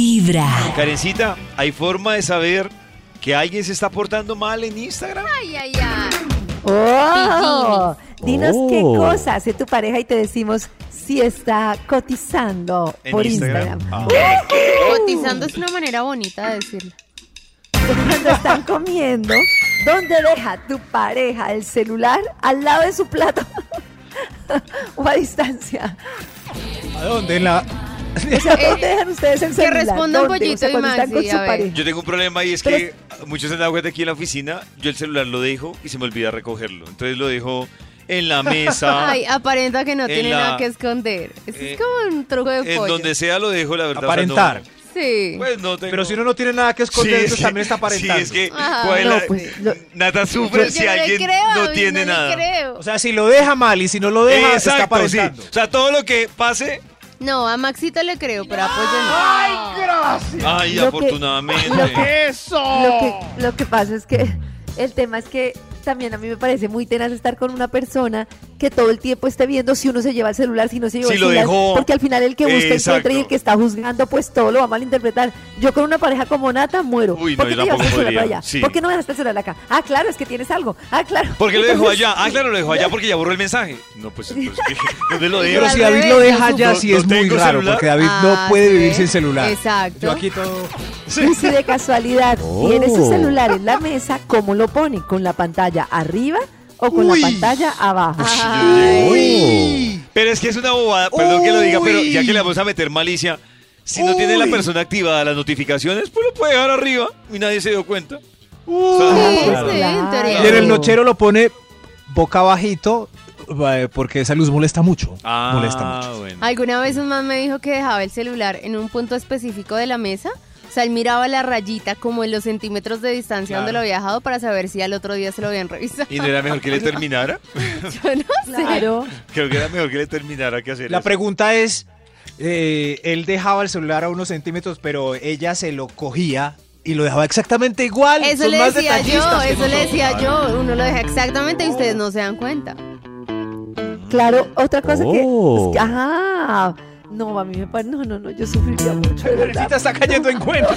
Vibra. Karencita, ¿hay forma de saber que alguien se está portando mal en Instagram? Ay, ay, ay. ¡Oh! Dinos Oh. qué cosa hace tu pareja y te decimos si está cotizando En por Instagram. Instagram. Ah. Cotizando es una manera bonita de decirlo. Cuando están comiendo, ¿dónde deja tu pareja el celular? ¿Al lado de su plato? ¿O a distancia? ¿A dónde? En la... O sea, ¿dónde dejan ustedes el Eh, que celular? respondan ¿Dónde? O sea, Pollito y cuando están Maxi, con su a ver. pareja. Yo tengo un problema y es Pero que muchos se han dado cuenta aquí en la oficina, yo el celular lo dejo y se me olvida recogerlo. Entonces lo dejo en la mesa, Ay, aparenta que no Ah. En tiene la- nada que esconder. Eso eh, es como un truco de en pollo. donde sea lo dejo, la verdad. o sea, no- Aparentar. Sí. pues no tengo... Pero si uno no tiene nada que Sí, esconder, entonces sí, también está sí, aparentando. es que Ajá. ¿cuál es No, la- pues, lo- Nata sufre Yo si le alguien creo, no yo tiene le nada. creo. O sea, si lo deja mal y si no lo deja, está Exacto, sí. aparentando. O sea, todo lo que pase, No, a Maxito le creo, pero a Pollo no. ay, Lo que- afortunadamente. lo que- Lo que, lo que pasa es que el tema es que también a mí me parece muy tenaz estar con una persona que todo el tiempo esté viendo si uno se lleva el celular, si no se lleva Si el lo celular, dejó. porque al final el que busca Exacto. encuentra y el que está juzgando pues todo lo va a malinterpretar. Yo con una pareja como Nata muero. Uy, no, ¿Por qué yo te llevaste tampoco el celular para podría, allá? sí. ¿Por qué no dejaste el celular acá? Ah, claro, es que tienes algo. Ah, claro. ¿Por qué lo dejó Entonces, allá? Ah, claro, lo dejó allá porque ya borró el mensaje. No, pues entonces, ¿qué? ¿dónde lo dejo? Pero al si David revés, lo deja yo ya, supo- sí no es muy tengo raro, celular. porque David Ah, no puede ¿sí vivir ves? sin celular. Exacto. Yo aquí todo... Y si de casualidad Oh. tiene su celular en la mesa, ¿cómo lo pone? ¿Con la pantalla arriba o con Uy. la pantalla abajo? Ay. Pero es que es una bobada, perdón que lo diga, pero ya que le vamos a meter malicia, si no tiene la Uy. persona activada las notificaciones, pues lo puede dejar arriba y nadie se dio cuenta. Ah, Sí, Claro. sí, en teoría. Y en el nochero lo pone boca bajito eh, porque esa luz molesta mucho. Ah, molesta mucho. bueno. Alguna vez un man me dijo que dejaba el celular en un punto específico de la mesa. O sea, él miraba la rayita como en los centímetros de distancia Claro. donde lo había dejado para saber si al otro día se lo habían revisado. ¿Y no era mejor que le terminara? Yo no sé. Claro. Creo que era mejor que le terminara que hacer La eso. pregunta es, eh, él dejaba el celular a unos centímetros, pero ella se lo cogía y lo dejaba exactamente igual. Eso Son le más decía yo, detallistas que eso le nosotros. decía yo. Uno lo deja exactamente y ustedes no se dan cuenta. Claro, otra cosa Oh. que. Ajá. No, a mí me parece. No, no, no, yo sufriría mucho. de verdad. Karencita está cayendo en cuenta.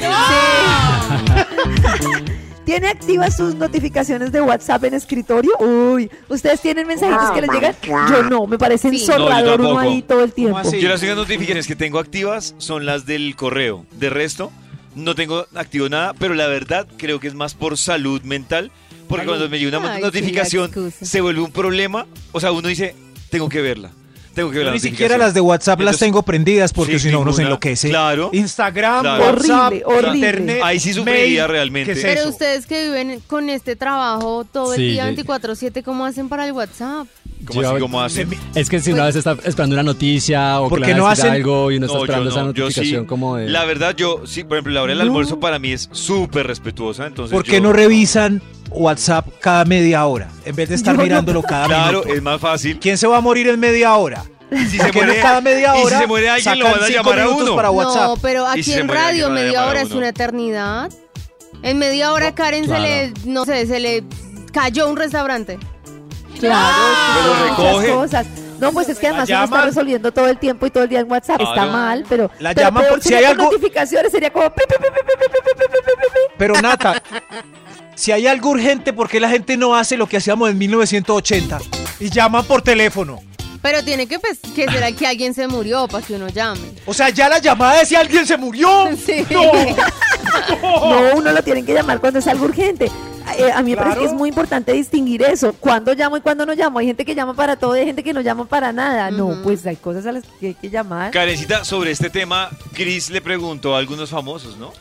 ¿Tiene activas sus notificaciones de WhatsApp en escritorio? Uy, ¿ustedes tienen mensajitos que les llegan? Yo no, me parece Sí. ensordador No, yo uno tampoco. ahí todo el tiempo. así? Yo las únicas notificaciones que tengo activas son las del correo. De resto, no tengo activo nada, pero la verdad creo que es más por salud mental, porque cuando me llega una Ay, sí, la notificación excusa. se vuelve un problema. O sea, uno dice, tengo que verla. Tengo que ver la Ni siquiera notificación". las de WhatsApp las Entonces, tengo prendidas porque sí, si no uno se ninguna. enloquece. Claro. Instagram, Claro. WhatsApp, Horrible, horrible. internet. Ahí sí sufriría mail. realmente. ¿Qué es Pero eso? ustedes que viven con este trabajo todo Sí, el día sí. 24/7, ¿cómo hacen para el WhatsApp? ¿Cómo Yo- así? Pues- ¿Cómo Se hacen? me- Es que si una vez está esperando una noticia o ¿Por que qué le van no a decir hacen? algo y uno está No, yo esperando esa no, yo sí. notificación como de... La verdad, yo sí, por ejemplo, la hora del almuerzo para mí es súper respetuosa. Entonces ¿Por qué yo- no revisan WhatsApp cada media hora? En vez de estar Yo no- mirándolo cada Claro, minuto. es más fácil. ¿Quién se va a morir en media hora? Y si ¿Por se qué no muere, cada media y si hora se muere alguien, lo sacan van a cinco llamar a minutos uno. para WhatsApp? No, pero Y aquí si se en muere alguien, radio van a media llamar a hora es uno. una eternidad. En media hora Karen claro. se le, no sé, se le cayó un restaurante. Claro, Pero son recoge. muchas cosas. No, pues es que además La uno está llaman. resolviendo todo el tiempo y todo el día en WhatsApp. Está Claro. mal, pero. La pero llaman peor por si sería hay con algo- notificaciones sería como. pi, pi, pi, pi, pi, pi, pi, pi, pi, pi, pi. Pero Nata, si hay algo urgente, ¿por qué la gente no hace lo que hacíamos en 1980? Y llaman por teléfono. Pero tiene que, pues, que será que alguien se murió para que uno llame. O sea, ya la llamada de si alguien se murió. Sí. No. No, uno lo tienen que llamar cuando es algo urgente. Eh, a mí me parece Claro. que es muy importante distinguir eso, cuándo llamo y cuándo no llamo. Hay gente que llama para todo y hay gente que no llama para nada. No, Ujú. pues hay cosas a las que hay que llamar. Karencita, sobre este tema, Chris le preguntó a algunos famosos, ¿no?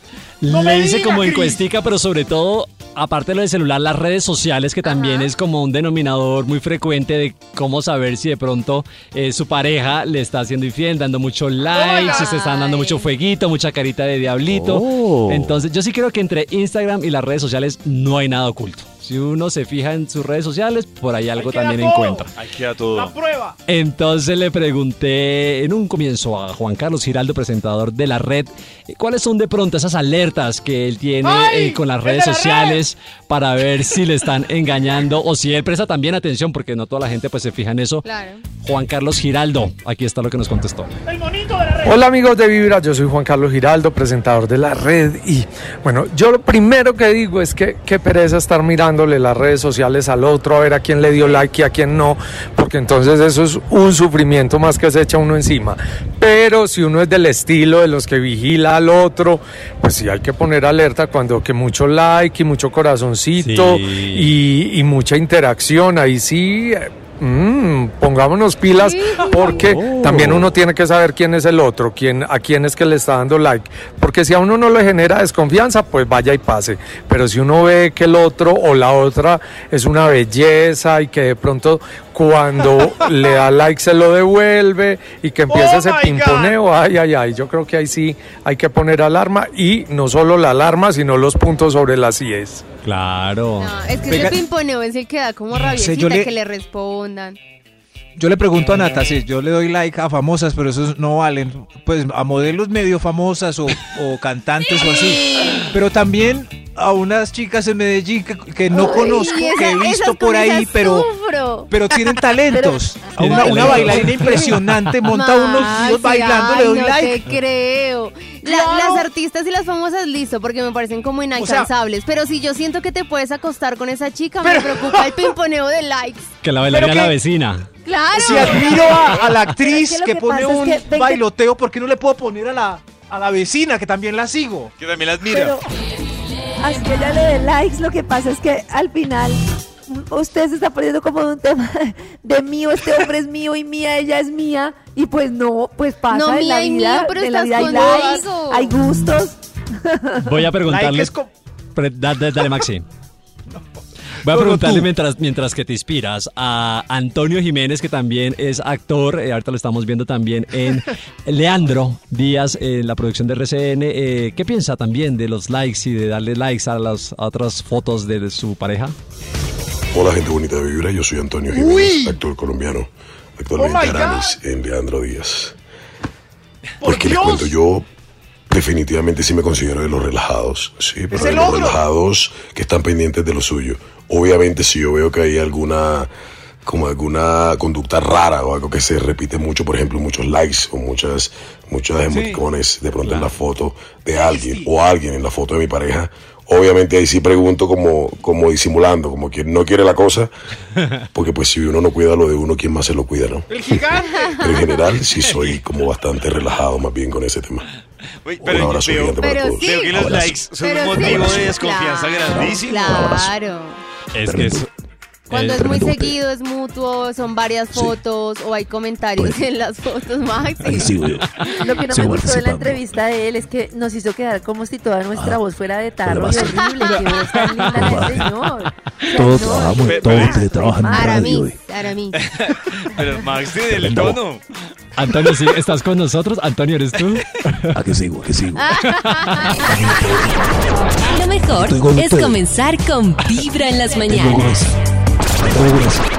Le hice como encuestica, pero sobre todo, aparte de lo del celular, las redes sociales, que también es como un denominador muy frecuente de cómo saber si de pronto eh, su pareja le está haciendo infiel, dando mucho like, si se están dando mucho fueguito, mucha Oh. carita de diablito. Entonces, yo sí creo que entre Instagram y las redes sociales no hay nada oculto. Si uno se fija en sus redes sociales, por ahí algo queda también todo. encuentra. Ahí queda todo. La prueba. Entonces le pregunté en un comienzo a Juan Carlos Giraldo, presentador de la red, eh, cuáles son de pronto esas alertas que él tiene ¡Ay! eh, con las ¡Es de redes la red! sociales para ver si le están engañando o si él presta también atención, porque no toda la gente pues se fija en eso. Claro. Juan Carlos Giraldo, aquí está lo que nos contestó. El monito de la red. Hola amigos de Vibra, yo soy Juan Carlos Giraldo, presentador de la red y bueno, yo lo primero que digo es que qué pereza estar mirándole las redes sociales al otro, a ver a quién le dio like y a quién no, porque entonces eso es un sufrimiento más que se echa uno encima. Pero si uno es del estilo de los que vigila al otro, pues sí hay que poner alerta cuando que mucho like y mucho corazoncito Sí. y, y mucha interacción, ahí sí... eh, mm, pongámonos pilas porque Oh. también uno tiene que saber quién es el otro, quién, a quién es que le está dando like. Porque si a uno no le genera desconfianza, pues vaya y pase. Pero si uno ve que el otro o la otra es una belleza y que de pronto cuando le da like se lo devuelve y que empieza Oh ese my God. pimponeo, ay, ay, ay, yo creo que ahí sí hay que poner alarma y no solo la alarma, sino los puntos sobre las IES. Claro. No, es que Venga. ese pimponeo es el que da como sé, rabiosita yo le- que le respondan. Yo le pregunto a Nata, sí, yo le doy like a famosas, pero esos no valen. Pues a modelos medio famosas o, o cantantes o así. Pero también a unas chicas en Medellín que, que no Ay, conozco, esa- que he visto esas por ahí, cosas pero, sufro. pero tienen talentos. A Tienen una, una talento. bailarina impresionante, monta unos Maxi, videos bailando, ay, le doy no like. te creo. La- Las artistas y las famosas, listo, porque me parecen como inalcanzables. pero si yo siento que te puedes acostar con esa chica, me preocupa el pimponeo de likes. Que la bailarina ¿Pero la qué? vecina. Claro. Si admiro a, a la actriz Pero es que lo que, que pone pasa es un que- venga- bailoteo, ¿por qué no le puedo poner a la, a la vecina que también la sigo? Que también la admira. Pero así que ya le dé likes, lo que pasa es que al final mm, usted se está poniendo como de un tema de mío, este hombre es mío y mía, ella es mía. Y pues no, pues pasa No, en la mía y vida, mío, pero en la vida estás hay likes, conmigo. hay gustos. Voy a Like preguntarle. es como- Pre- da- da- dale, Maxi. Voy a No, no, preguntarle tú. mientras, mientras que te inspiras a Antonio Jiménez, que también es actor, eh, ahorita lo estamos viendo también en Leandro Díaz, en la producción de RCN. eh, ¿Qué piensa también de los likes y de darle likes a las otras fotos de su pareja? Hola gente bonita de Vibra, yo soy Antonio Jiménez, actor colombiano, Oh my actualmente God. Aramis en Leandro Díaz. ¡Por Pues que les Dios! cuento, yo definitivamente sí me considero de los relajados, sí, pero de el los ogro! relajados que están pendientes de lo suyo. Obviamente si yo veo que hay alguna como alguna conducta rara o algo que se repite mucho, por ejemplo, muchos likes o muchas muchas emoticones de pronto en la foto de alguien o alguien en la foto de mi pareja, obviamente ahí sí pregunto como como disimulando, como quien no quiere la cosa, porque pues si uno no cuida lo de uno, quién más se lo cuida, ¿no? El gigante. Pero en general sí soy como bastante relajado más bien con ese tema. Uy, Un abrazo veo- gigante para Pero todos. sí. Veo que los Abrazo. likes son Pero un sí. motivo de desconfianza Claro, grandísimo. Claro. Es que es- Cuando Eh, es muy tremendo golpe. seguido, es mutuo, son varias Sí. fotos o hay comentarios Bueno. en las fotos, Maxi. Ahí sigo yo. Lo que no me Sigo gustó de la participando. entrevista de él es que nos hizo quedar como si toda nuestra Ah, voz fuera de tarro y base. horrible. que voz tan linda Con del base. señor. O sea, Todos no, trabajamos, qué todos asco, teletrabajan. hermano. Aramis, hoy. Aramis. Pero Max tiene el Tremendo. tono. Antonio, ¿sí? ¿estás con nosotros? Antonio, ¿eres tú? ¿A que sigo? ¿A que sigo? Lo mejor Tengo es todo. comenzar con Vibra en las mañanas. Tengo gruesa. Tengo gruesa.